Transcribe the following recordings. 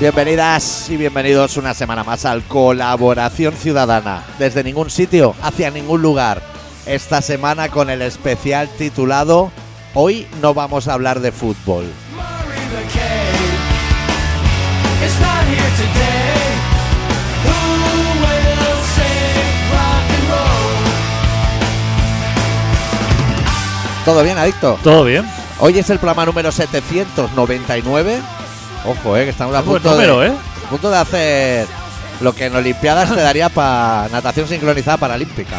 Bienvenidas y bienvenidos una semana más al Colaboración Ciudadana. Desde ningún sitio, hacia ningún lugar. Esta semana con el especial titulado Hoy no vamos a hablar de fútbol. Murray McCabe is not here today. Who will save rock and roll? ¿Todo bien, adicto? Todo bien. Hoy es el programa número 799. Ojo, eh, que estamos a Buen punto, número, de, ¿eh? a punto de hacer lo que en Olimpiadas le daría para natación sincronizada paralímpica.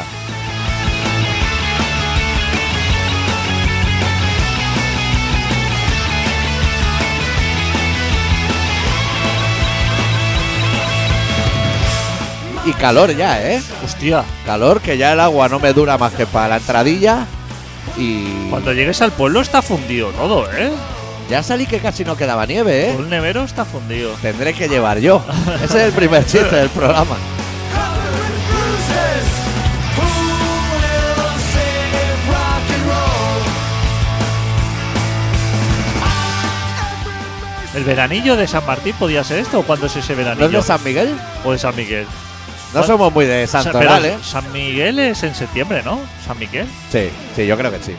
Y calor ya, ¿eh? Hostia, Calor que ya el agua no me dura más que para la entradilla. Y cuando llegues al pueblo está fundido todo, ¿eh? ya salí que casi no quedaba nieve, ¿eh? Un nevero está fundido. tendré que llevar yo. Ese es el primer chiste del programa. Covered with bruises. Who will save rock and roll? El veranillo de San Martín podía ser esto o cuándo es ese ¿No veranillo? es de San Miguel? O de San Miguel. No somos muy de Pero Santoral, ¿eh? San Miguel es en septiembre, ¿no? San Miguel. Sí, sí, yo creo que sí.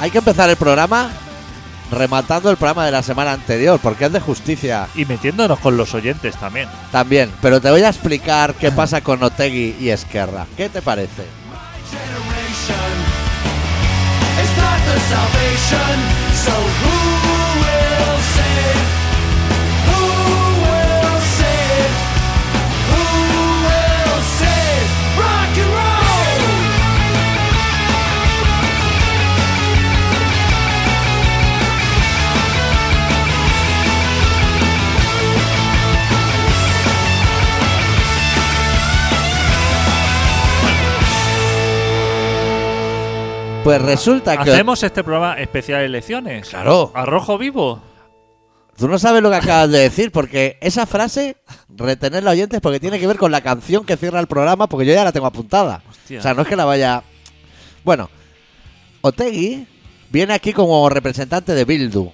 Hay que empezar el programa rematando el programa de la semana anterior, porque es de justicia Y metiéndonos con los oyentes también. también. Pero te voy a explicar qué pasa con Otegui y Esquerra. ¿Qué te parece? My generation is not the salvation. So who will save? Who will save? Who will save rock and roll? Pues resulta que. Hacemos este programa especial elecciones. Claro. A rojo vivo. Tú no sabes lo que acabas de decir, porque esa frase, retenerla oyentes, porque tiene que ver con la canción que cierra el programa, porque yo ya la tengo apuntada. Hostia. O sea, no es que la vaya. Bueno, Otegui viene aquí como representante de Bildu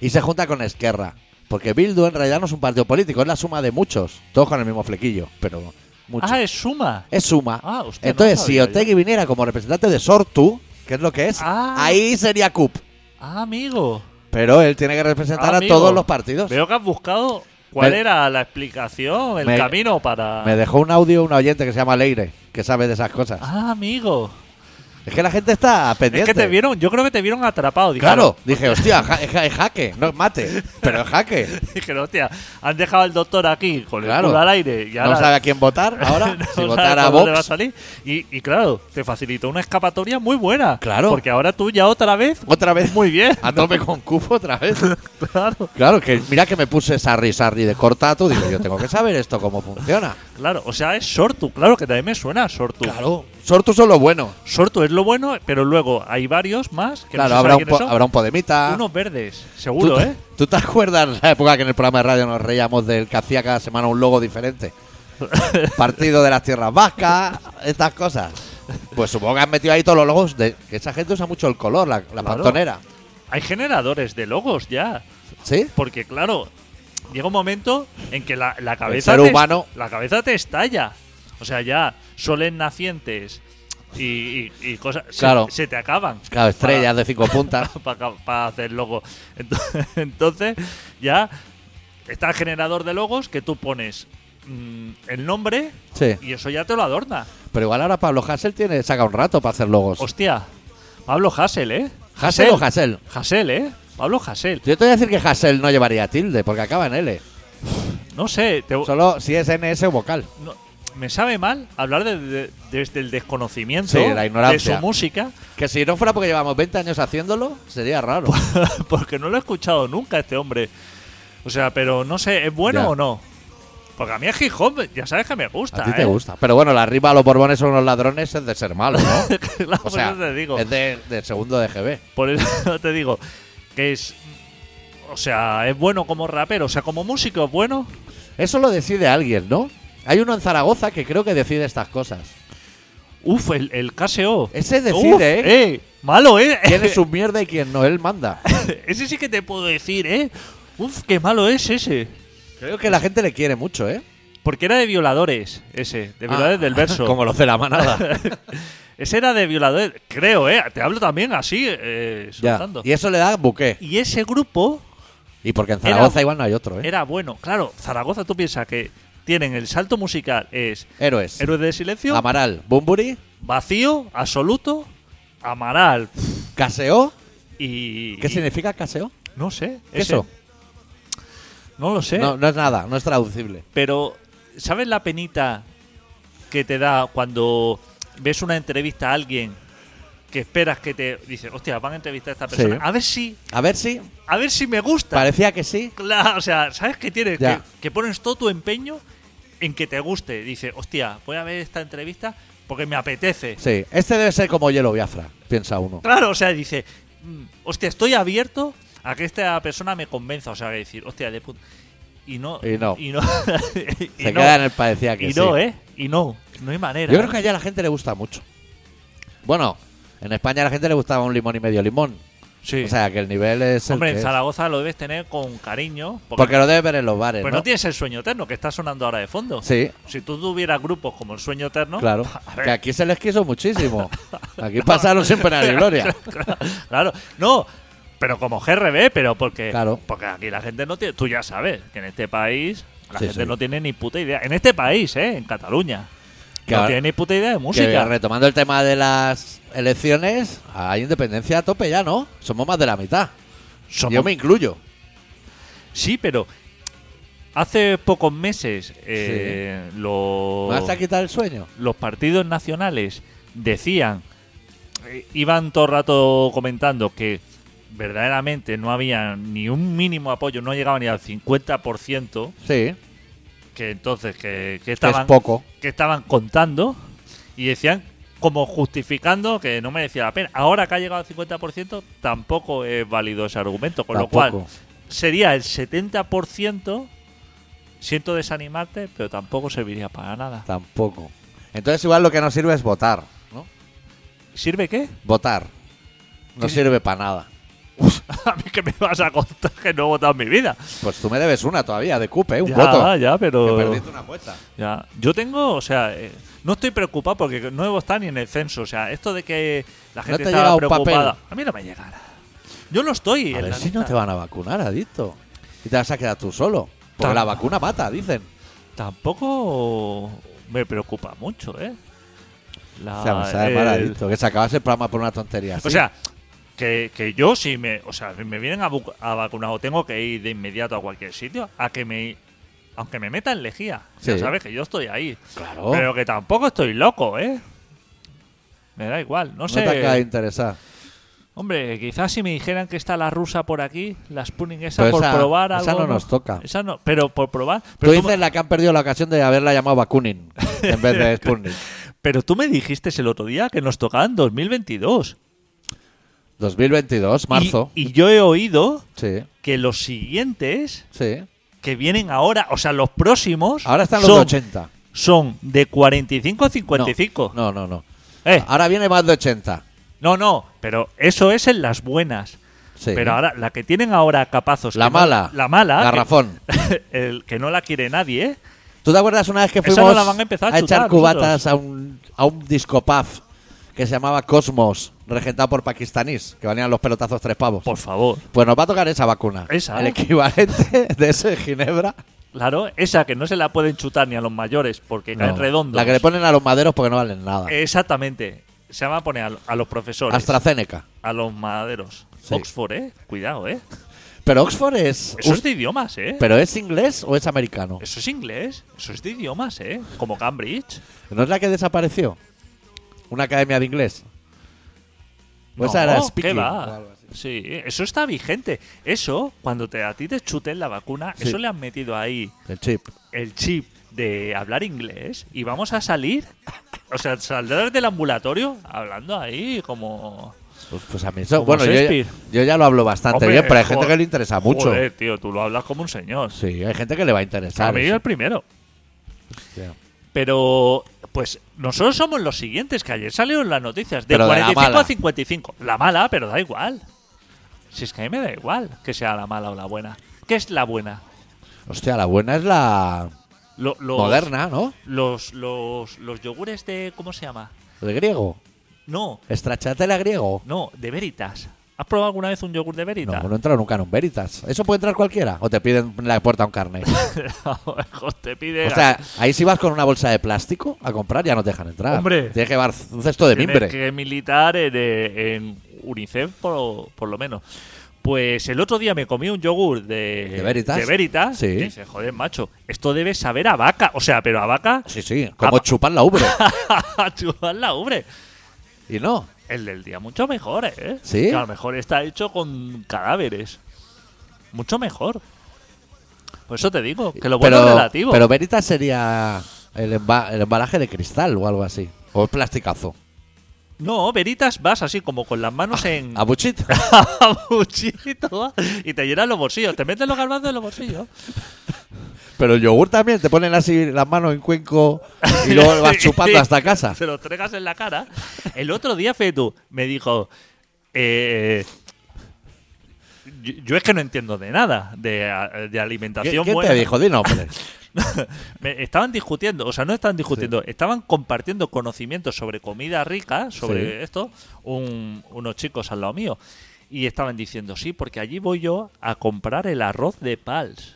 y se junta con Esquerra. Porque Bildu en realidad no es un partido político, es la suma de muchos, todos con el mismo flequillo, pero muchos. Ah, es suma. es suma. Ah, hostia, no Entonces, si sabía yo. Otegui viniera como representante de Sortu, que es lo que es, Ah. ahí sería CUP. Ah, amigo. Pero él tiene que representar Ah, a amigo. todos los partidos. Veo que has buscado cuál Me- era la explicación, el Me- camino para. Me dejó un audio un oyente que se llama Leire, que sabe de esas cosas. Ah, amigo. Es que la gente está Es pendiente. que te vieron, yo creo que te vieron atrapado. Claro, Dijeron, dije, hostia, ja- es ja- es jaque, no es mate, pero es jaque. Dijeron, hostia, han dejado al doctor aquí con el Claro. culo al aire. Y No ahora, sabe a quién votar ahora, no si sabe votar a cómo le va a Vox. salir. Y, y claro, te facilitó una escapatoria muy buena. Claro. Porque ahora tú ya otra vez. Otra vez, Ah. Muy bien. a tope con cupo otra vez. Claro, Claro, que mira que me puse sarri, sarri de cortato, digo, yo tengo que saber esto, cómo funciona. claro. O sea, es Sortu. Claro que también me suena a Sortu. Claro, Sortu son lo bueno. Sortu es lo bueno, pero luego hay varios más que Claro, no se sabe habrá, un quiénes po- son. habrá un Podemita. Unos verdes, ¿Tú, seguro, te- ¿eh? ¿Tú te acuerdas la época que en el programa de radio nos reíamos del que hacía cada semana un logo diferente? Partido de las Tierras Vascas, estas cosas. Pues supongo que han metido ahí todos los logos. De, que esa gente usa mucho el color, la, la Claro. pantonera. Hay generadores de logos ya. ¿Sí? Porque claro, llega un momento en que la, la cabeza ser te- humano. la cabeza te estalla. O sea, ya soles nacientes y, y- y cosas se- Claro. se, te acaban. Claro, estrellas de cinco puntas. Para, para- para hacer logo. Entonces, entonces, ya está el generador de logos que tú pones mm, el nombre Sí. y eso ya te lo adorna. Pero igual ahora Pablo Hassel tiene, saca un rato para hacer logos. Hostia, Pablo Hassel, ¿eh? ¿Hassel o Hassel? Hassel, ¿eh? Pablo Hassel. Yo te voy a decir que Hassel no llevaría tilde, porque acaba en L. No sé, te, Solo si es NS o vocal. No, me sabe mal hablar de- de- desde el desconocimiento Sí, la ignorancia. de su música, Que si no fuera porque llevamos 20 años haciéndolo, sería raro. Pues, porque no lo he escuchado nunca este hombre. O sea, pero no sé, ¿es bueno Ya. o no? Porque a mí es hip hop, ya sabes que me gusta. A ti ¿eh? te gusta. Pero bueno, la rima a los borbones son los ladrones es de ser malo, ¿no? Claro, o por sea, eso te digo. es de, de segundo de GB. Por eso te digo que es. O sea, es bueno como rapero. O sea, como músico es bueno. Eso lo decide alguien, ¿no? Hay uno en Zaragoza que creo que decide estas cosas. Uf, el, el KSO. Ese decide, Uf, ¿eh? Malo, ¿eh? Quién es un mierda y quién no, él manda. ese sí que te puedo decir, ¿eh? Uf, qué malo es ese. Creo que la gente le quiere mucho, ¿eh? Porque era de violadores, ese. De violadores Ah, del verso. Como los de la manada. Ese era de violadores, creo, ¿eh? Te hablo también así, eh, Ya. soltando. Y eso le da buque. Y ese grupo Y porque en Era- Zaragoza igual no hay otro, ¿eh? era bueno. Claro, Zaragoza, tú piensas que tienen el salto musical, es Héroes. Héroes de Silencio, Amaral, Bumburi, Vacío, Absoluto, Amaral pf, Caseo. y... ¿Qué y- significa Caseo? No sé. ese- Eso. No lo sé. No, no es nada, no es traducible. Pero, ¿sabes la penita que te da cuando ves una entrevista a alguien que esperas que te... Dices, hostia, van a entrevistar a esta Sí. persona. A ver si... A ver si A ver si me gusta. parecía que sí. Claro, o sea, ¿sabes qué tienes? Que, Ya. que pones todo tu empeño en que te guste. Dice, hostia, voy a ver esta entrevista porque me apetece. Sí, este debe ser como Hielo Biafra, piensa uno. Claro, o sea, dice, mm, hostia, estoy abierto a que esta persona me convenza. O sea, que decir, hostia, de puta. Y no. Y no. Y no. y Se no, queda en el parecía que y sí. no, ¿eh? Y no. No hay manera. ¿eh? Yo creo que allá a la gente le gusta mucho. Bueno, en España a la gente le gustaba un limón y medio limón. Sí. O sea, que el nivel es. el Hombre, que en es. Zaragoza lo debes tener con cariño. Porque, Porque lo debes ver en los bares. pues ¿no? no tienes el sueño eterno que está sonando ahora de fondo. Sí, Si tú tuvieras grupos como el sueño eterno. claro. a ver, Que aquí se les quiso muchísimo. Aquí pasaron sin pena ni gloria. claro, no, pero como GRB, pero porque, Claro. porque aquí la gente no tiene. Tú ya sabes que en este país la Sí, gente sí. no tiene ni puta idea. En este país, ¿eh? En Cataluña. Que no ahora- tiene ni puta idea de Que, música. retomando el tema de las elecciones, hay independencia a tope ya, ¿no? Somos más de la mitad. Somos- Yo me incluyo. Sí, pero hace pocos meses eh, los, ¿Me vas a quitar el sueño? los partidos nacionales decían, eh, iban todo el rato comentando que verdaderamente no había ni un mínimo apoyo, no llegaba ni al 50%. Sí, que entonces que, que que es estaban poco. que estaban contando y decían como justificando que no merecía la pena. Ahora que ha llegado al 50% tampoco es válido ese argumento, con lo Tampoco. cual sería el 70%. Siento desanimarte, pero tampoco serviría para nada. Tampoco. Entonces igual lo que nos sirve es votar, ¿no? ¿Sirve qué? Votar. No ¿Qué? sirve para nada. A mí que me vas a contar que no he votado en mi vida. Pues tú me debes una todavía de CUPE, ¿eh? un ya, voto. ya, Que pero. perdiste una apuesta. Ya. Yo tengo, o sea, eh, no estoy preocupado porque no he votado ni en el censo. O sea, esto de que la gente te llega estaba un papel? preocupada. A mí no me llegará. Yo lo estoy. A en ver la si no lista. te van a vacunar, adicto. Y te vas a quedar tú solo. Porque Tam- la vacuna mata, dicen. Tampoco me preocupa mucho, ¿eh? La- o sea, me sabe mal, Ah, el- adicto. Que se acabase el programa por una tontería. O así. sea, que, que yo si me, o sea, si me vienen a, bu- a vacunar o tengo que ir de inmediato a cualquier sitio, a que me aunque me metan lejía. Ya Sí. sabes que yo estoy ahí. Claro. Pero que tampoco estoy loco, ¿eh? Me da igual, no, no sé. te acaba de interesar. Hombre, quizás si me dijeran que está la rusa por aquí, la Spooning esa Pero por esa- probar esa algo. no nos toca. Esa no, pero por probar. Tú Pero tú, dices la que han perdido la ocasión de haberla llamado Bakunin en vez de Sputnik. me, pero tú me dijiste el otro día que nos tocaban 2022. 2022, marzo. Y, y yo he oído Sí, que los siguientes sí. que vienen ahora, o sea, los próximos. Ahora están los son, de 80. Son de 45 a 55. No, no, no. Ah. Eh, Ahora viene más de 80. no, no, pero eso es en las buenas. Sí. Pero ahora, la que tienen ahora capazos. La que no- mala. la mala. que- Garrafón. el que no la quiere nadie, ¿eh? ¿Tú te acuerdas una vez que Esa fuimos no la van a empezar a echar chutar cubatas a un, a un discopub que se llamaba Cosmos, regentado por pakistanís, que valían los pelotazos tres pavos? Por favor. Pues nos va a tocar esa vacuna. Esa. ¿eh? El equivalente de ese de Ginebra. Claro, esa que no se la pueden chutar ni a los mayores porque caen No, redondos. Eh, La que le ponen a los maderos porque no valen nada. Exactamente. Se llama a poner a, lo- a los profesores, AstraZeneca. a los maderos. Sí. Oxford, ¿eh? Cuidado, ¿eh? Pero Oxford es. Eso un- es de idiomas, ¿eh? ¿Pero es inglés o es americano? Eso es inglés. Eso es de idiomas, ¿eh? Como Cambridge. ¿No es la que desapareció? ¿Una academia de inglés? Pues no, era ¿qué Speaking o va? algo así. Sí, eso está vigente. Eso, cuando te, a ti te chuten la vacuna, Sí. eso le han metido ahí El chip. el chip de hablar inglés y vamos a salir. O sea, saldrás del ambulatorio hablando ahí como. Pues, pues a mí eso. Como Bueno, yo, ya- Shakespeare. yo ya lo hablo bastante Hombre, bien, pero hay gente joder, que le interesa mucho. Joder, tío, tú lo hablas como un señor. Sí, hay gente que le va a interesar. A mí eso. el primero. Hostia. Pero, pues, nosotros somos los siguientes que ayer salieron las noticias. De Pero de la 45 mala. a 55. La mala, pero da igual. Si es que a mí me da igual que sea la mala o la buena. ¿Qué es la buena? Hostia, la buena es la Lo- los, moderna, ¿no? Los, los, los yogures de. ¿Cómo se llama? De griego. No, Estrachatela griego. no, de veritas. ¿Has probado alguna vez un yogur de veritas? No, no entra nunca en un Veritas. ¿Eso puede entrar cualquiera? ¿O te piden en la puerta un carnet? te pide. o sea, ahí si vas con una bolsa de plástico a comprar ya no te dejan entrar. Hombre. Tienes que llevar un cesto de Tienes mimbre. que militar en, eh, en UNICEF, por, por lo menos. Pues el otro día me comí un yogur de, ¿De Veritas? Veritas. Sí. Y dice, joder, macho, esto debe saber a vaca. O sea, pero a vaca. Sí, sí, como Ah, chupar la ubre. chupar la ubre. y no. El del día, mucho mejor, ¿eh? ¿Sí? Que a lo mejor está hecho con cadáveres. Mucho mejor. Por eso te digo, que lo bueno pero, es relativo. pero Veritas sería el, emba- el embalaje de cristal o algo así. O el plasticazo. No, Veritas vas así como con las manos en. A buchit. a buchito, y te llenan los bolsillos. Te meten los garbanzos en los bolsillos. pero el yogur también. Te ponen así las manos en cuenco y luego vas chupando hasta casa. Se lo tregas en la cara. El otro día, Fetu me dijo. eh, yo, yo es que no entiendo de nada de, a- de ¿Qué- alimentación ¿Quién buena. ¿Eh? te dijo? Di nombre. Me- estaban discutiendo, o sea, no estaban discutiendo, estaban compartiendo conocimientos sobre comida rica, Sí. sobre esto, un- unos chicos al lado mío. Y estaban diciendo, sí, porque allí voy yo a comprar el arroz de Pals.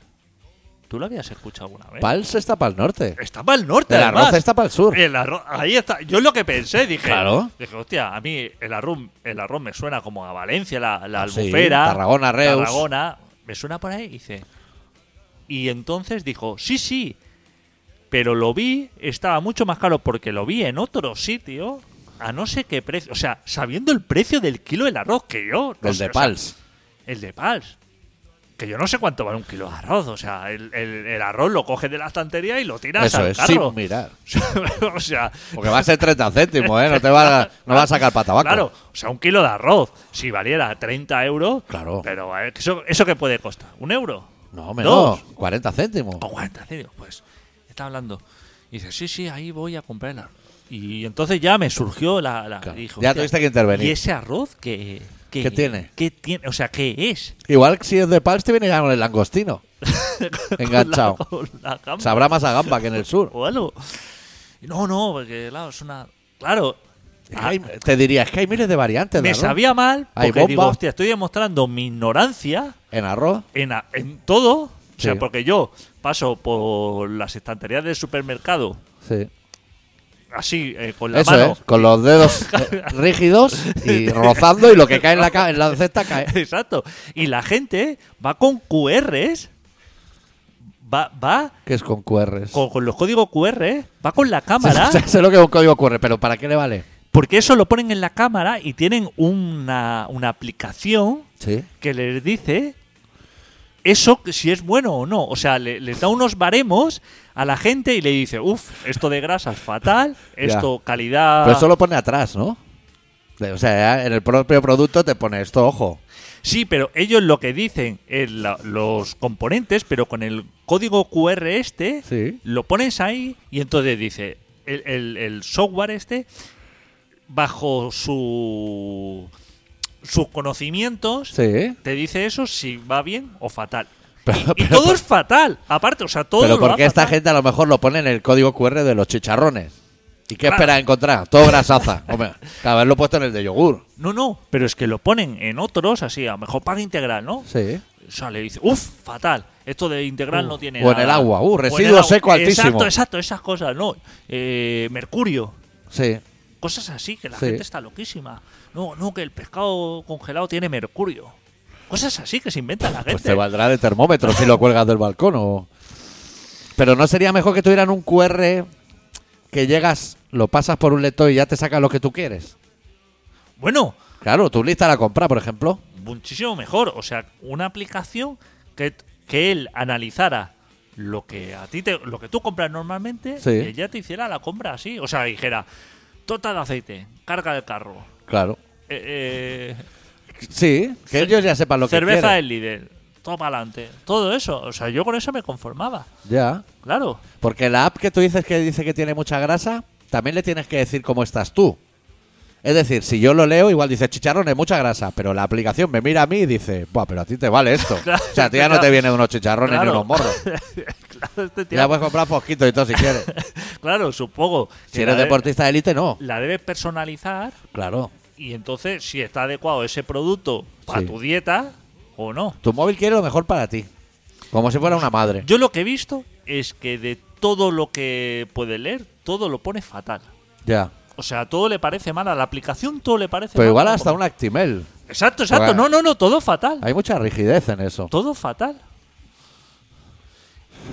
¿Tú lo habías escuchado alguna vez? Pals está para el norte. Está Eh, para el norte, El además. arroz está para el sur. El arroz, ahí está. Yo es lo que pensé, dije. Claro. Dije, hostia, a mí el arroz, el arroz me suena como a Valencia, la, la Ah, Sí, albufera. Tarragona, Reus. Tarragona. Me suena por ahí, dice. Y entonces dijo, sí, sí. Pero lo vi, estaba mucho más caro porque lo vi en otro sitio a no sé qué precio. O sea, sabiendo el precio del kilo del arroz que yo. no El sé, de o sea, Pals. el de Pals. Que yo no sé cuánto vale un kilo de arroz. O sea, el, el- el arroz lo coges de la estantería y lo tiras Eso al es, carro. sin mirar. o sea, Porque va a ser 30 céntimos, ¿eh? No te va a, no va a sacar para tabaco. claro, o sea, un kilo de arroz, si valiera 30 euros, Claro. pero a ver, ¿eso, ¿eso qué puede costar? ¿Un euro? No, menos. 40 céntimos. O 40 céntimos, pues. Está hablando. Y dice, sí, sí, ahí voy a comprar el arroz. Y entonces ya me surgió la... la Claro, dije, ya hostia, tuviste que intervenir. ¿Y ese arroz qué, ¿Qué tiene? ¿Qué tiene? O sea, ¿qué es? Igual si es de Pals te viene ya con el langostino. Enganchado. Con la gamba. Sabrá más a gamba que en el sur. o algo. Y No, no, porque claro, es una. Claro, Es que hay- te diría, es que hay miles de variantes de me arroz. sabía mal Hay porque digo, bomba. hostia, estoy demostrando mi ignorancia En arroz. en, a- en todo. O sea, Sí. porque yo paso por las estanterías del supermercado Sí. así, eh, con la Eso mano. es, con los dedos eh, rígidos y rozando y lo que cae en la, ca- en la cesta cae. Exacto. Y la gente va con QRs, va, va Que es con QRs. con, con los códigos QR, va con la cámara. Sé, sé lo que es un código QR, pero ¿para qué le vale? Porque eso lo ponen en la cámara y tienen una, una aplicación Sí. que les dice eso que si es bueno o no. O sea, le- les da unos baremos a la gente y le dice, uff, esto de grasa es fatal, esto calidad... Pero eso lo pone atrás, ¿no? O sea, en el propio producto te pone esto, ojo. Sí, pero ellos lo que dicen es la- los componentes, pero con el código QR este, Sí. lo pones ahí y entonces dice, el, el- el software este, bajo su sus conocimientos, Sí. te dice eso si va bien o fatal. Pero- y, y pero- todo es fatal, aparte, o sea, todo Pero lo porque va esta fatal. gente a lo mejor lo pone en el código QR de los chicharrones. ¿Y qué Claro. espera encontrar? Todo grasaza. Hombre, cada vez lo he puesto en el de yogur. No, no, pero es que lo ponen en otros, así, a lo mejor paga integral, ¿no? Sí. sale y dice, uff, fatal. Esto de integral no tiene o en nada". el agua, uh, O en el residuo seco altísimo. Exacto, exacto, esas cosas, no. Eh, mercurio, Sí. cosas así, que la Sí. gente está loquísima. No, no, que el pescado congelado tiene mercurio. Cosas así que se inventa la gente. Pues te valdrá de termómetro si lo cuelgas del balcón o... Pero ¿no sería mejor que tuvieran un QR que llegas, lo pasas por un lector y ya te sacas lo que tú quieres? Bueno, Claro, tu lista la compra, por ejemplo. muchísimo mejor. O sea, una aplicación que, que él analizara lo que a ti te, lo que tú compras normalmente, Sí. ella te hiciera la compra así. O sea, dijera, tota de aceite, carga del carro. Claro. eh, eh, Sí, que Ce- ellos ya sepan lo que cerveza quieren. del líder, toma adelante. Todo eso. O sea, yo con eso me conformaba. Ya. Claro. Porque la app que tú dices que dice que tiene mucha grasa, también le tienes que decir cómo estás tú. Es decir, si yo lo leo, igual dice chicharrones, mucha grasa, pero la aplicación me mira a mí y dice, Buah, pero a ti te vale esto. Claro, o sea, a ti ya no claro. te vienen unos chicharrones claro. ni unos morros. claro, este tío- Ya puedes comprar fosquitos y todo si quieres. claro, supongo. Si eres la de- deportista de élite, no. La debes personalizar Claro. y entonces si está adecuado ese producto para Sí. tu dieta o no. Tu móvil quiere lo mejor para ti. Como si fuera una madre. Yo lo que he visto es que de todo lo que puede leer, todo lo pone fatal. Ya. O sea, todo le parece mal. A la aplicación todo le parece Pero mal. igual hasta un Actimel. Exacto, exacto. Bueno. No, no, no, todo fatal. Hay mucha rigidez en eso. Todo fatal.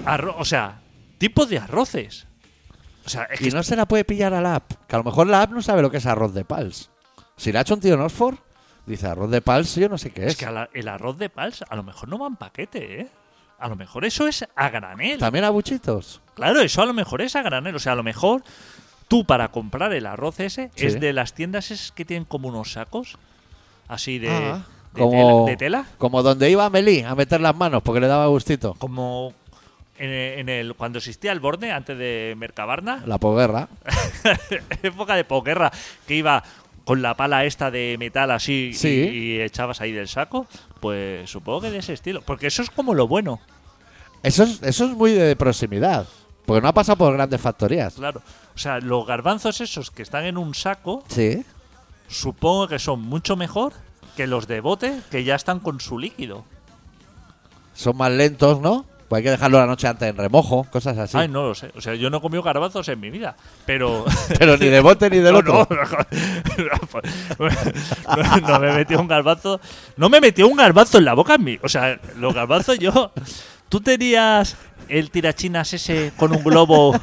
Arro- o sea, tipos de arroces. O sea, es que Y no se la puede pillar a la app. Que a lo mejor la app no sabe lo que es arroz de pals. Si la ha hecho un tío en Oxford, dice arroz de pals, yo no sé qué es. Es que a la- el arroz de pals a lo mejor no va en paquete, ¿eh? A lo mejor eso es a granel. También a buchitos. Claro, eso a lo mejor es a granel. O sea, a lo mejor tú para comprar el arroz ese Sí. es de las tiendas esas que tienen como unos sacos así de, Ah. de como, tela, de tela. como donde iba Meli a meter las manos porque le daba gustito. Como en, en el cuando existía el borde antes de Mercabarna, La posguerra. época de posguerra, que iba con la pala esta de metal así y- Sí. y, echabas ahí del saco, pues supongo que de ese estilo. Porque eso es como lo bueno, Eso es, eso es muy de proximidad. Porque no ha pasado por grandes factorías. claro. O sea, los garbanzos esos que están en un saco, Sí. supongo que son mucho mejor que los de bote que ya están con su líquido. Son más lentos, ¿no? Pues hay que dejarlo la noche antes en remojo, cosas así. Ay, no lo sé. O sea, yo no he comido garbanzos en mi vida, pero... Pero ni de bote ni del no, otro. no, no, no, no, no me metió un garbanzo. No me metió un garbanzo en la boca en mí. O sea, los garbanzos yo. Tú tenías el tirachinas ese con un globo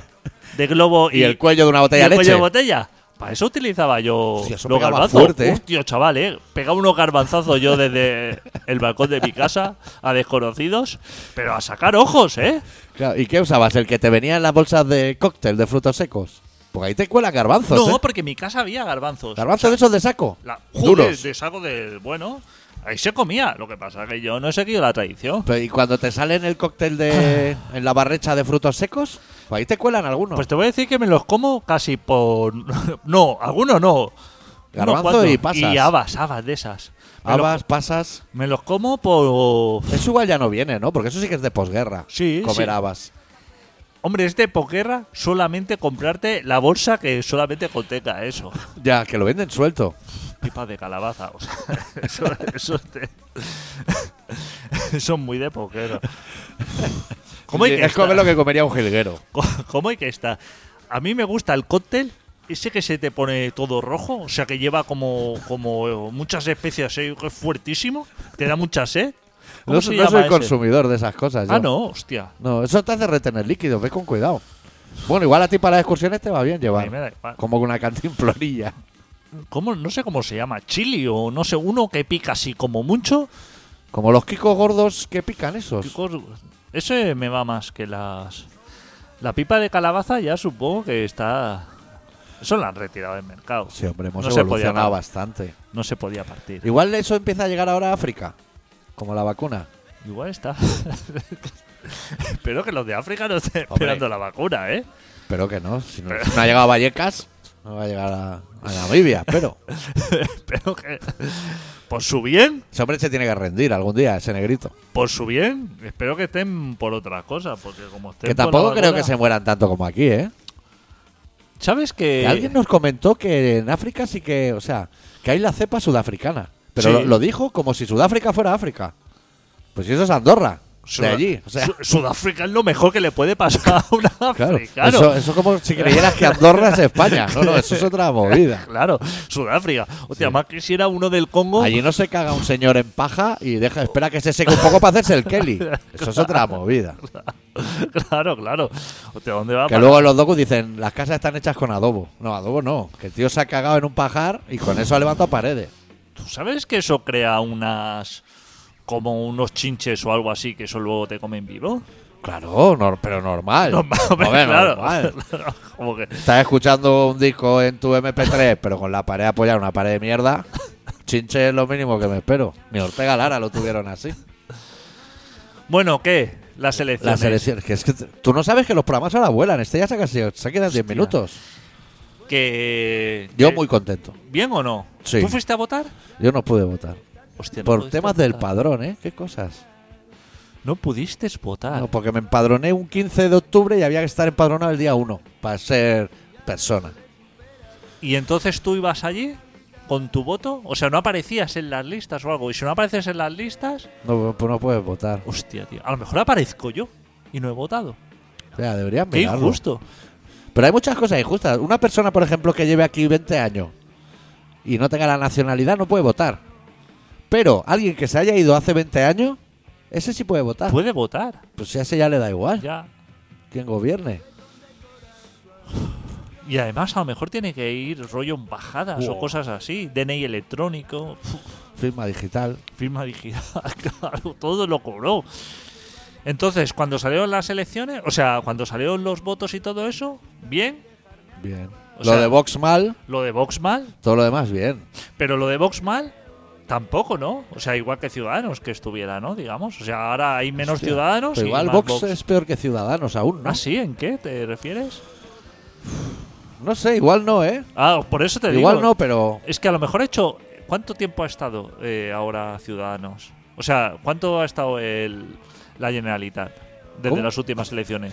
de globo y, Y el cuello de una y botella el de cuello leche. de botella. Para eso utilizaba yo Hostia, eso los pegaba garbanzos. fuerte, ¿eh? Hostia, chaval, eh. Pegaba unos garbanzazos yo desde el balcón de mi casa a desconocidos. Pero a sacar ojos, eh. Claro, ¿Y qué usabas? ¿El que te venía en las bolsas de cóctel de frutos secos? Porque ahí te cuelan garbanzos. ¿eh? No, porque en mi casa había garbanzos. Garbanzos de esos de saco. La, joder, Duros. de saco de. Bueno, ahí se comía. Lo que pasa que yo no he seguido la tradición. Pero, y cuando te salen el cóctel de. en la barrecha de frutos secos, pues ahí te cuelan algunos. Pues te voy a decir que me los como casi por. No, algunos no. Garbanzo Unos cuantos. y pasas. Y habas, habas de esas. Me los- Habas, pasas. me los como por. Eso igual ya no viene, ¿no? Porque eso sí que es de posguerra. Sí, Comer sí. habas. Hombre, es de posguerra solamente comprarte la bolsa que solamente contenga eso. Ya, que lo venden suelto. Pipas de calabaza. O sea, eso, eso es de- Son muy de posguerra. ¿Cómo hay que Eh, es estar? comer lo que comería un jilguero. Co- ¿Cómo hay que estar? A mí me gusta el cóctel. Ese que se te pone todo rojo, o sea que lleva como, como muchas especias, ¿eh? que es fuertísimo, te da mucha sed. ¿Cómo No, se no llama soy ese? consumidor de esas cosas. Ah, yo. no, hostia. No, eso te hace retener líquidos, ve con cuidado. Bueno, igual a ti para las excursiones te va bien A mí llevar. me da igual. Como con una cantinflorilla. ¿Cómo? No sé cómo se llama, chili o no sé, uno que pica así como mucho. Como los kikos gordos que pican esos. Chicos, Ese me va más que las. La pipa de calabaza ya supongo que está. Eso la han retirado del mercado. Sí, hombre, hemos no se podía evolucionado par- bastante. No se podía partir. Igual eso empieza a llegar ahora a África, como la vacuna. Igual está. Espero que los de África no estén esperando la vacuna, ¿eh? Pero que no, si no, si no ha llegado a Vallecas, no va a llegar a, a Namibia, pero Espero que. Por su bien, ese hombre se tiene que rendir algún día, ese negrito. por su bien. Espero que estén por otras cosas, porque como estén. Que por la tampoco creo vacuna- que se mueran tanto como aquí, ¿eh? ¿Sabes que.? Que Alguien nos comentó que en África sí que, o sea, que hay la cepa sudafricana. Pero Sí. lo, lo dijo como si Sudáfrica fuera África. Pues si eso es Andorra, Suda- de allí. O sea, Su- Sudáfrica es lo mejor que le puede pasar a un claro, africano. Eso, eso como si creyeras que Andorra es España. No, no, eso es otra movida. Claro, Sudáfrica. Hostia, más quisiera uno del Congo. Allí no se caga un señor en paja y deja, espera que se seque un poco para hacerse el Kelly. Eso es otra movida. Claro, claro. Hostia, ¿dónde va? Que para- luego los docus dicen, las casas están hechas con adobo. No, adobo no. Que el tío se ha cagado en un pajar y con eso ha levantado paredes. ¿Tú sabes que eso crea unas. como unos chinches o algo así que eso luego te comen vivo? Claro, nor- pero normal. Normal, hombre, Joder, claro. normal. Como que- Estás escuchando un disco en tu MP3, pero con la pared apoyada, una pared de mierda. Chinche es lo mínimo que me espero. Ni Ortega Lara lo tuvieron así. Bueno, ¿qué? Las La elecciones. selección. Que es que t- tú no sabes que los programas ahora vuelan. Este ya se ha, casi, se ha quedado en 10 Hostia. minutos. Que. Yo que- muy contento. ¿Bien o no? Sí. ¿Tú fuiste a votar? Yo no pude votar. Hostia, no Por pudiste temas del votar. padrón, ¿eh? Qué cosas. No pudiste votar. No, porque me empadroné un 15 de octubre y había que estar empadronado el día 1 para ser persona. ¿Y entonces tú ibas allí con tu voto? O sea, no aparecías en las listas o algo. Y si no apareces en las listas, No, pues no puedes votar. hostia, tío. A lo mejor aparezco yo y no he votado. O sea, deberían Qué mirarlo. injusto. Pero hay muchas cosas injustas. Una persona, por ejemplo, que lleve aquí 20 años y no tenga la nacionalidad no puede votar. Pero alguien que se haya ido hace 20 años, ese sí puede votar. Puede votar. Pues si a ese ya le da igual Ya. quien gobierne. Y además a lo mejor tiene que ir rollo en bajadas Wow. o cosas así. DNI electrónico, Firma digital. firma digital, claro, todo lo cobró. Entonces, cuando salieron las elecciones, o sea, cuando salieron los votos y todo eso, bien. Bien. O lo sea- de Vox mal, Lo de Vox mal, todo lo demás bien. pero lo de Vox mal tampoco, ¿no? O sea, igual que Ciudadanos que estuviera, ¿no? Digamos. O sea, ahora hay menos Hostia. Ciudadanos Pero y igual más Vox, Vox. es peor que Ciudadanos aún, ¿no? Ah, sí, ¿en qué te refieres? No sé, igual no, ¿eh? Ah, por eso te digo. Igual no, pero Es que a lo mejor he hecho. ¿Cuánto tiempo ha estado eh, ahora Ciudadanos? O sea, ¿cuánto ha estado el, la Generalitat desde ¿Cómo? las últimas elecciones?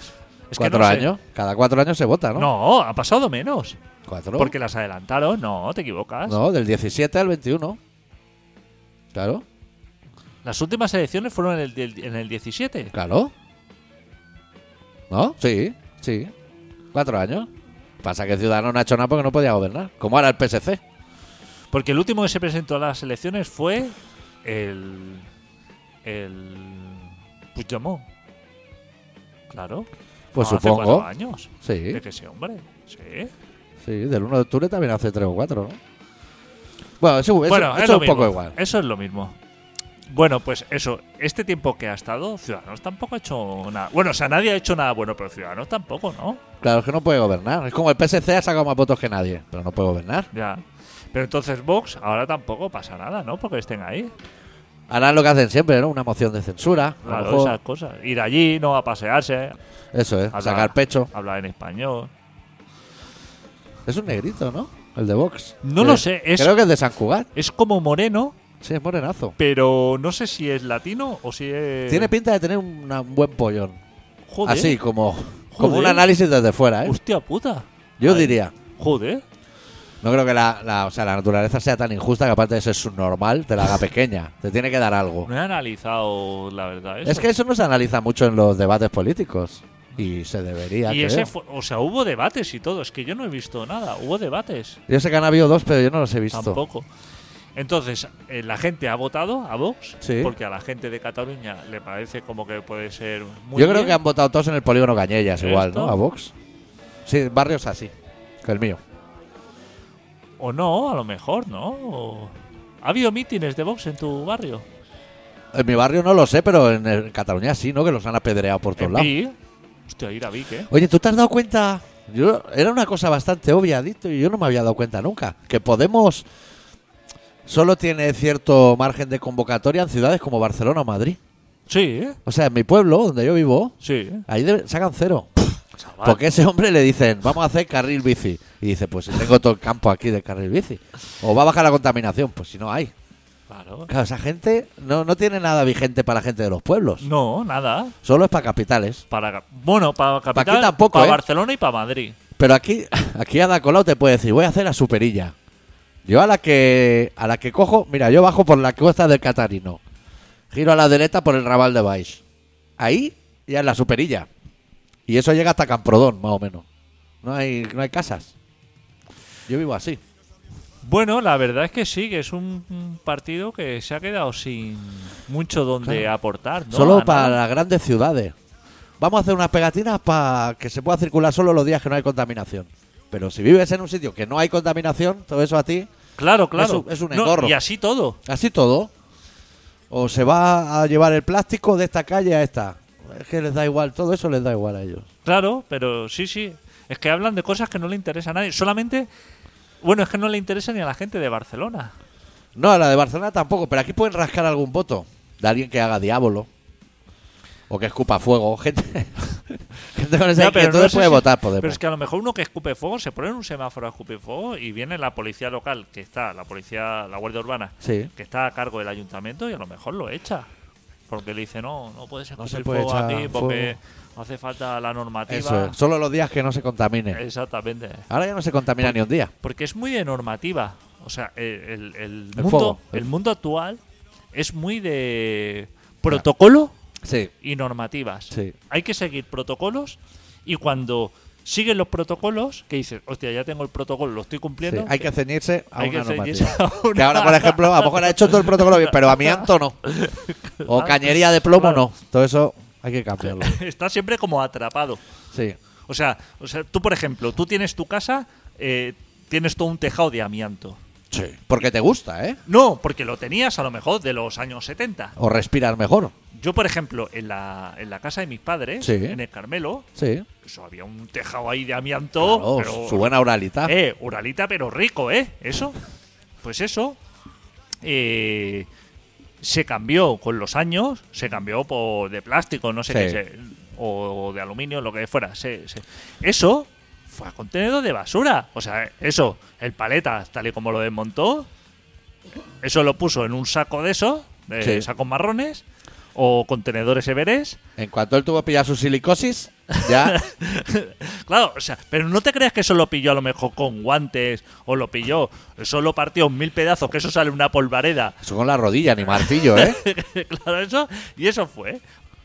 Es que cuatro no sé. años. Cada cuatro años se vota, ¿no? No, ha pasado menos. Cuatro. Porque las adelantaron. No, te equivocas. No, del 17 al 21. Claro, Las últimas elecciones fueron en el, del- en el 17. claro. ¿No? Sí, sí. Cuatro años. Pasa que Ciudadanos no ha hecho nada porque no podía gobernar. Como ahora el PSC. Porque el último que se presentó a las elecciones fue el. El. Puigdemont. Claro. Pues No, hace supongo. cuatro años. Sí, De que ese hombre. Sí. sí. Del 1 de octubre también hace tres o cuatro, ¿no? Bueno, eso, eso- bueno, Pues eso es es, lo un poco mismo. igual. Eso es lo mismo. Bueno, pues eso, este tiempo que ha estado, Ciudadanos tampoco ha hecho nada. Bueno, o sea, nadie ha hecho nada bueno, pero Ciudadanos tampoco, ¿no? Claro, es que no puede gobernar. Es como el PSC ha sacado más votos que nadie, pero no puede gobernar. Ya. Pero entonces Vox ahora tampoco pasa nada, ¿no? Porque estén ahí. Harán lo que hacen siempre, ¿no? Una moción de censura. a lo Claro, mejor. esas cosas. Ir allí, no a pasearse, Eso es, Hablar. sacar pecho. hablar en español. Es un negrito, ¿no? El de Vox. No Que- lo sé, es- Creo que es de San Cugat. Es como moreno, Sí, es morenazo. pero no sé si es latino o si es. Tiene pinta de tener una- un buen pollón. Joder. Así, como, como un Joder. análisis desde fuera, ¿eh? Hostia puta. Yo Ay, diría. Joder. No creo que la, la- o sea, la naturaleza sea tan injusta que aparte de ser subnormal, te la haga pequeña. Te tiene que dar algo. No he analizado la verdad. Eso. Es que eso no se analiza mucho en los debates políticos. Y se debería. Y creo. ese fue, o sea, hubo debates y todo, es que yo no he visto nada, hubo debates, Yo sé que han habido dos, pero yo no los he visto. tampoco. Entonces, eh, la gente ha votado a Vox, Sí. porque a la gente de Cataluña le parece como que puede ser muy yo creo bien. que han votado todos en el polígono Cañellas, igual, ¿no? ¿Esto? A Vox. Sí, barrios así. Que el mío. o no, a lo mejor, ¿no? O- ¿Ha habido mítines de Vox en tu barrio? En mi barrio no lo sé, pero en, el- en Cataluña sí, ¿no? Que los han apedreado por todos en lados. Vic. Hostia, ir a Vic, ¿eh? Oye, ¿tú te has dado cuenta? Yo, era una cosa bastante obvia, Dito, y yo no me había dado cuenta nunca. Que Podemos solo tiene cierto margen de convocatoria en ciudades como Barcelona o Madrid. Sí, ¿eh? O sea, en mi pueblo, donde yo vivo, Sí, ¿eh? ahí de- sacan cero. Chaval. Porque a ese hombre le dicen, vamos a hacer carril bici. Y dice, pues si tengo todo el campo aquí de carril bici. O va a bajar la contaminación, pues si no hay. Claro. Claro, esa gente no, no tiene nada vigente para la gente de los pueblos. No, nada. Solo es para capitales. Para, bueno, para Capital, aquí tampoco, para ¿eh? Barcelona y para Madrid. Pero aquí, aquí Ada Colau te puede decir, voy a hacer la superilla. Yo a la que a la que cojo, mira, yo bajo por la costa del Catarino. Giro a la derecha por el Raval de Baix. Ahí ya es la superilla. Y eso llega hasta Camprodón, más o menos. No hay, no hay casas. Yo vivo así. Bueno, la verdad es que sí, que es un un partido que se ha quedado sin mucho donde Claro. aportar. ¿no? A solo nada. para las grandes ciudades. Vamos a hacer unas pegatinas para que se pueda circular solo los días que no hay contaminación. Pero si vives en un sitio que no hay contaminación, todo eso a ti Claro, claro. es un- es un No, engorro. y así todo. Así todo. O se va a llevar el plástico de esta calle a esta. Es que les da igual, todo eso les da igual a ellos. Claro, pero sí, sí. Es que hablan de cosas que no le interesa a nadie. Solamente. Bueno, es que no le interesa ni a la gente de Barcelona. No, a la de Barcelona tampoco, pero aquí pueden rascar algún voto de alguien que haga diablo o que escupa fuego. Gente, gente con esa Ya, pero inquietud no sé puede si- votar pues, Podemos. Pero es que a lo mejor uno que escupe fuego se pone en un semáforo a escupir fuego y viene la policía local, que está, la policía, la Guardia Urbana, Sí. que está a cargo del ayuntamiento y a lo mejor lo echa. Porque le dice, no, no puedes No escupir se puede fuego aquí echar porque hace falta la normativa. Eso es, Solo los días que no se Eh, contamine. Exactamente. Ahora ya no se contamina ni un día. Porque es muy de normativa. O sea, eh, el, el El mundo, fuego. el mundo actual es muy de protocolo Sí. y normativas. Sí. Hay que seguir protocolos y cuando siguen los protocolos, que dices, hostia, ya tengo el protocolo, lo estoy sí. cumpliendo. Hay que ceñirse a Hay una que normativa. ceñirse a una. Que ahora, por ejemplo, a lo mejor ha hecho todo el protocolo bien, pero amianto no. O cañería de plomo no. Todo eso hay que cambiarlo. Está siempre como atrapado. Sí. O sea, o sea, tú, por ejemplo, tú tienes tu casa, eh, tienes todo un tejado de amianto. Sí. Porque te gusta, ¿eh? No, porque lo tenías a lo mejor de los años 70. O respirar mejor. Yo, por ejemplo, en la, en la casa de mis padres, Sí. en el Carmelo, Sí. eso había un tejado ahí de amianto. Claro, Oh, pero- su buena oralidad. Eh, Uralita, pero rico, ¿eh? Eso. Pues eso. eh, se cambió con los años, se cambió por de plástico, no sé Sí. qué, se- o, o de aluminio, lo que fuera. se- se- Eso fue a contenedor de basura. O sea, eso, el paleta, tal y como lo desmontó, eso lo puso en un saco de eso, de Sí. sacos marrones, o contenedores everés. En cuanto él tuvo pillar su silicosis, ya. Claro, o sea, pero no te creas que eso lo pilló a lo mejor con guantes o lo pilló, eso lo partió en mil pedazos, que eso sale una polvareda. Eso con la rodilla, ni martillo, ¿eh? claro, eso, y eso fue.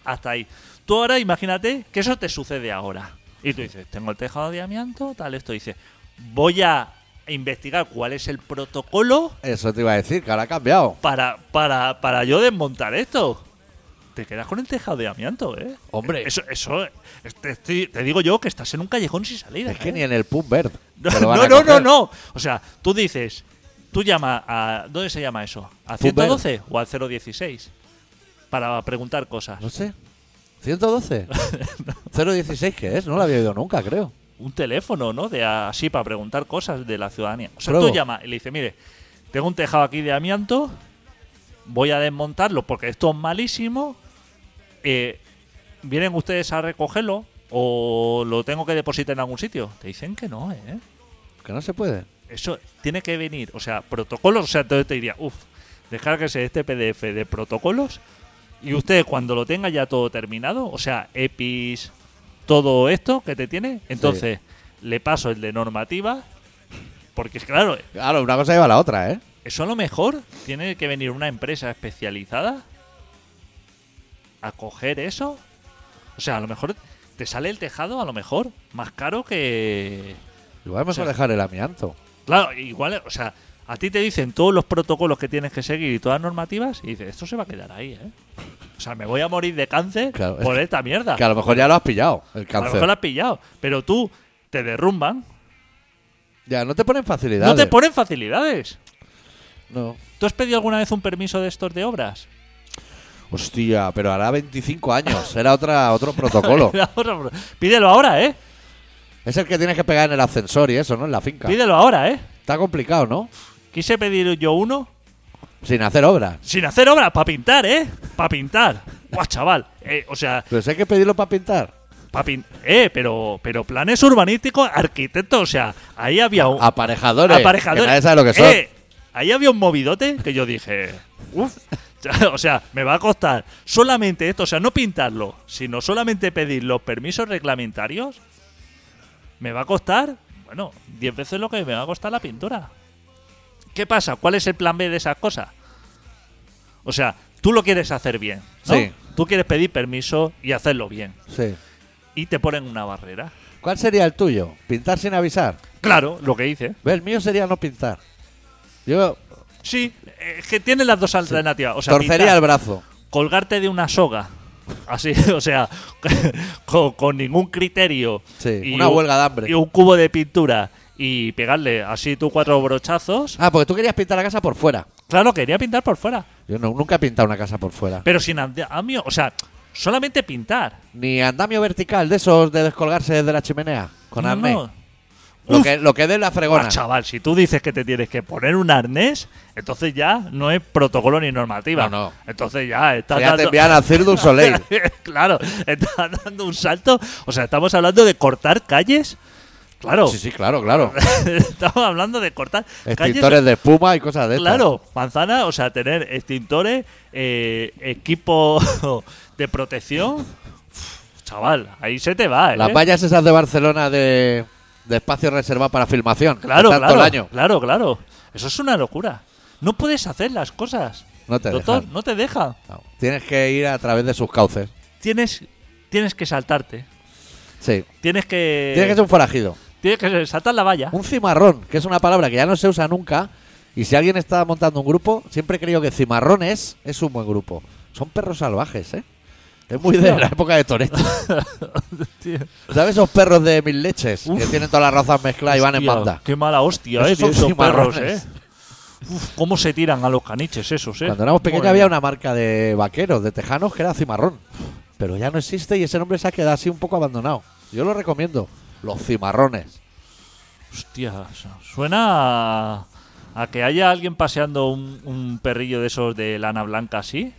Hasta ahí. Tú ahora imagínate que eso te sucede ahora. Y tú dices, tengo el tejado de amianto, tal, esto. Dices, voy a investigar cuál es el protocolo Eso te iba a decir, que ahora ha cambiado. para, para, para yo desmontar esto. Te quedas con el tejado de amianto, ¿eh? Hombre. Eso, eso, te, estoy- te digo yo que estás en un callejón sin salida. Es que ¿eh? ni en el Pum Verde. No, te lo van no, a no, no, coger. no. O sea, tú dices, tú llama a. ¿Dónde se llama eso? ¿A Fútbol. 112 o al 016? Para preguntar cosas. No sé. 112. 016 que es, no lo había oído nunca, creo. Un teléfono, ¿no? De así para preguntar cosas de la ciudadanía. O sea, Pruebo. tú llama y le dices, mire, tengo un tejado aquí de amianto, voy a desmontarlo porque esto es malísimo. eh, ¿Vienen ustedes a recogerlo? ¿O lo tengo que depositar en algún sitio? Te dicen que no, ¿eh? Que no se puede. Eso tiene que venir, o sea, protocolos, o sea, entonces te diría, uff, descárguese este PDF de protocolos y usted cuando lo tenga ya todo terminado, o sea, EPIs, todo esto que te tiene, entonces le paso el de normativa, porque claro, Claro, una cosa lleva a la otra, ¿eh? eso a lo mejor tiene que venir una empresa especializada a coger eso. O sea, a lo mejor te sale el tejado, a lo mejor, más caro que... Igual es mejor sea- dejar el amianto. Claro, igual, o sea, a ti te dicen todos los protocolos que tienes que seguir y todas las normativas y dices, esto se va a quedar ahí, ¿eh? O sea, me voy a morir de cáncer Claro. por esta mierda. Que a lo mejor ya lo has pillado, el a lo mejor cáncer. la has pillado, pero tú te derrumban. Ya, no te ponen facilidades. No te ponen facilidades. No. ¿Tú has pedido alguna vez un permiso de estos de obras? Hostia, pero hará 25 años. Era otra, otro protocolo. Ahora, Pídelo ahora, ¿eh? es el que tienes que pegar en el ascensor y eso, ¿no? En la finca. Pídelo ahora, ¿eh? Está complicado, ¿no? Quise pedir yo uno Sin hacer obras. sin hacer obras, para pintar, ¿eh? Para pintar. Guau, chaval. Eh, o sea, Pero si Pues hay que pedirlo para pintar. Pa pin- eh, pero, pero planes urbanísticos, arquitectos, o sea, ahí había un Aparejadores. Que nadie sabe lo que son. Eh, ahí había un movidote que yo dije, uff, o sea, me va a costar solamente esto, o sea, no pintarlo, sino solamente pedir los permisos reglamentarios, me va a costar, bueno, 10 veces lo que me va a costar la pintura. ¿Qué pasa? ¿Cuál es el plan B de esas cosas? O sea, tú lo quieres hacer bien, ¿no? Sí. Tú quieres pedir permiso y hacerlo bien Sí. y te ponen una barrera. ¿Cuál sería el tuyo? ¿Pintar sin avisar? Claro, lo que dice. Ve, El mío sería no pintar. Yo Sí, es que tiene las dos alternativas. O sea, torcería pintar, el brazo. colgarte de una soga. Así, o sea, con, con ningún criterio. Sí, una un- huelga de hambre. Y un cubo de pintura y pegarle así tú cuatro brochazos. Ah, porque tú querías pintar la casa por fuera. Claro, quería pintar por fuera, Yo no- nunca he pintado una casa por fuera. pero sin andamio. O sea, Solamente pintar. Ni andamio vertical de esos de descolgarse de la chimenea con No, arnés. no. Lo Uf. que, lo que dé la fregona. Ah, chaval, si tú dices que te tienes que poner un arnés, entonces ya no es protocolo ni normativa. No, no. Entonces ya estás Ya te dando- envían a Cirque du Soleil. claro, estás dando un salto. O sea, estamos hablando de cortar calles. Claro, Sí, sí, claro, claro. estamos hablando de cortar calles. Extintores de espuma y cosas de estas. Claro, manzana, o sea, tener extintores, eh, equipo de protección. Uf, Chaval, ahí se te va, ¿eh? Las vallas esas de Barcelona de, de espacio reservado para filmación. Claro, Están claro, todo el año. claro, claro. Eso es una locura. No puedes hacer las cosas. No te Doctor, dejan. no te deja. No, Tienes que ir a través de sus cauces. Tienes, tienes que saltarte. Sí. Tienes que. Tienes que ser un forajido. tienes que saltar la valla. Un cimarrón, que es una palabra que ya no se usa nunca. Y si alguien está montando un grupo, siempre he creído que cimarrones es un buen grupo. Son perros salvajes, ¿eh? Es muy de la Hostia. época de Toreto. Tío. ¿Sabes esos perros de mil leches? Que Uf. tienen todas las razas mezcladas y van en Hostia, banda. Qué mala hostia, eh, Esos son tío, esos perros, eh. cimarrones. Uf, cómo se tiran a los caniches esos, eh. Cuando éramos pequeños Madre había mía. una marca de vaqueros, de tejanos, que era cimarrón. Pero ya no existe y ese nombre se ha quedado así un poco abandonado. Yo lo recomiendo. Los cimarrones. Hostia, suena a, a que haya alguien paseando un, un perrillo de esos de lana blanca así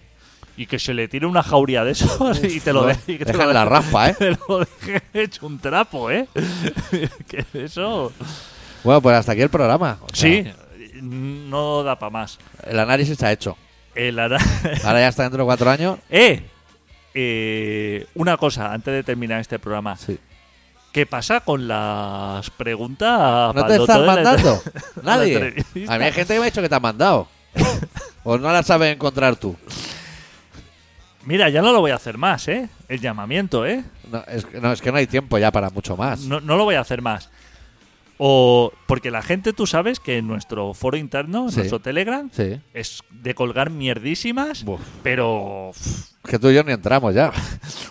y que se le tire una jauría de esos y te lo ¿no? deje. y que te Dejan lo la de- raspa, ¿eh? Te lo deje hecho un trapo, ¿eh? que eso. Bueno, pues hasta aquí el programa. O sea, Sí, no da para más. El análisis está hecho. El ara- Ahora ya está dentro de cuatro años. ¡Eh! Eh, una cosa, antes de terminar este programa. Sí. ¿Qué pasa con las ¿No preguntas? para te el están doctor de la- mandando? la Nadie. entrevista? A mí hay gente que me ha dicho que te han mandado. o no la sabes encontrar tú. Mira, ya no lo voy a hacer más, ¿eh? El llamamiento, ¿eh? No es, que- no, es que no hay tiempo ya para mucho más. No, no lo voy a hacer más. O porque la gente, tú sabes que en nuestro foro interno, en Sí. nuestro Telegram, Sí. es de colgar mierdísimas, Buf. pero pff, Que tú y yo ni entramos ya.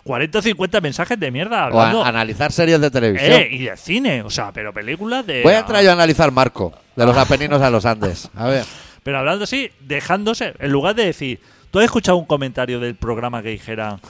40 o 50 mensajes de mierda O a- hablando. analizar series de televisión. eh, y de cine, o sea, pero películas de. Voy a entrar yo a analizar Marco, de los Apeninos a los Andes. A ver, Pero hablando así, dejándose, en lugar de decir, ¿tú has escuchado un comentario del programa que dijera,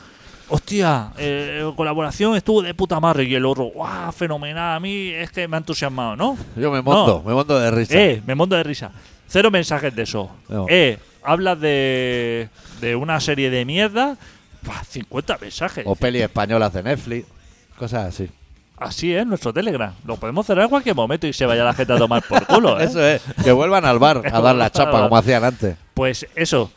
hostia, eh, colaboración estuvo de puta madre y el otro, guau, fenomenal, a mí es que me ha entusiasmado, ¿no? yo me monto, No. me monto de risa. Eh, me monto de risa. Cero mensajes de eso. No. Eh, hablas de, de una serie de mierda, ¡buah! 50 mensajes. O peli españolas de Netflix, cosas así. Así es nuestro Telegram. Lo podemos cerrar en cualquier momento y se vaya la gente a tomar por culo, ¿eh? Eso es, que vuelvan al bar a dar la chapa como hacían antes. Pues eso,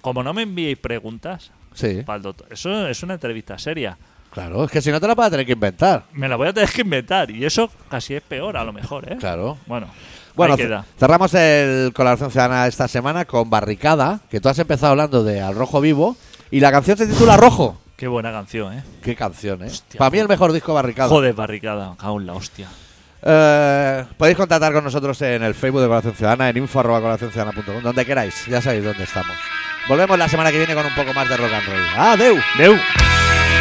como no me enviéis preguntas, Sí, Pa'l doctor. Eso es una entrevista seria. claro, es que si no te la vas a tener que inventar. Me la voy a tener que inventar y eso casi es peor, a lo mejor, ¿eh? Claro. Bueno, Bueno, ahí queda. ce- cerramos el Colaboración Ciudadana esta semana con Barricada, que tú has empezado hablando de Al Rojo Vivo, y la canción se titula Rojo. Qué buena canción, ¿eh? Qué canción, ¿eh? Hostia, Para mí el mejor disco Barricada. Joder, barricada, me cago en la hostia. Eh, podéis contactar con nosotros en el Facebook de Colaboración Ciudadana, en info arroba colaboracionciudadana.com, donde queráis, ya sabéis dónde estamos. Volvemos la semana que viene con un poco más de rock and roll. ¡Adeu! Deu. Thank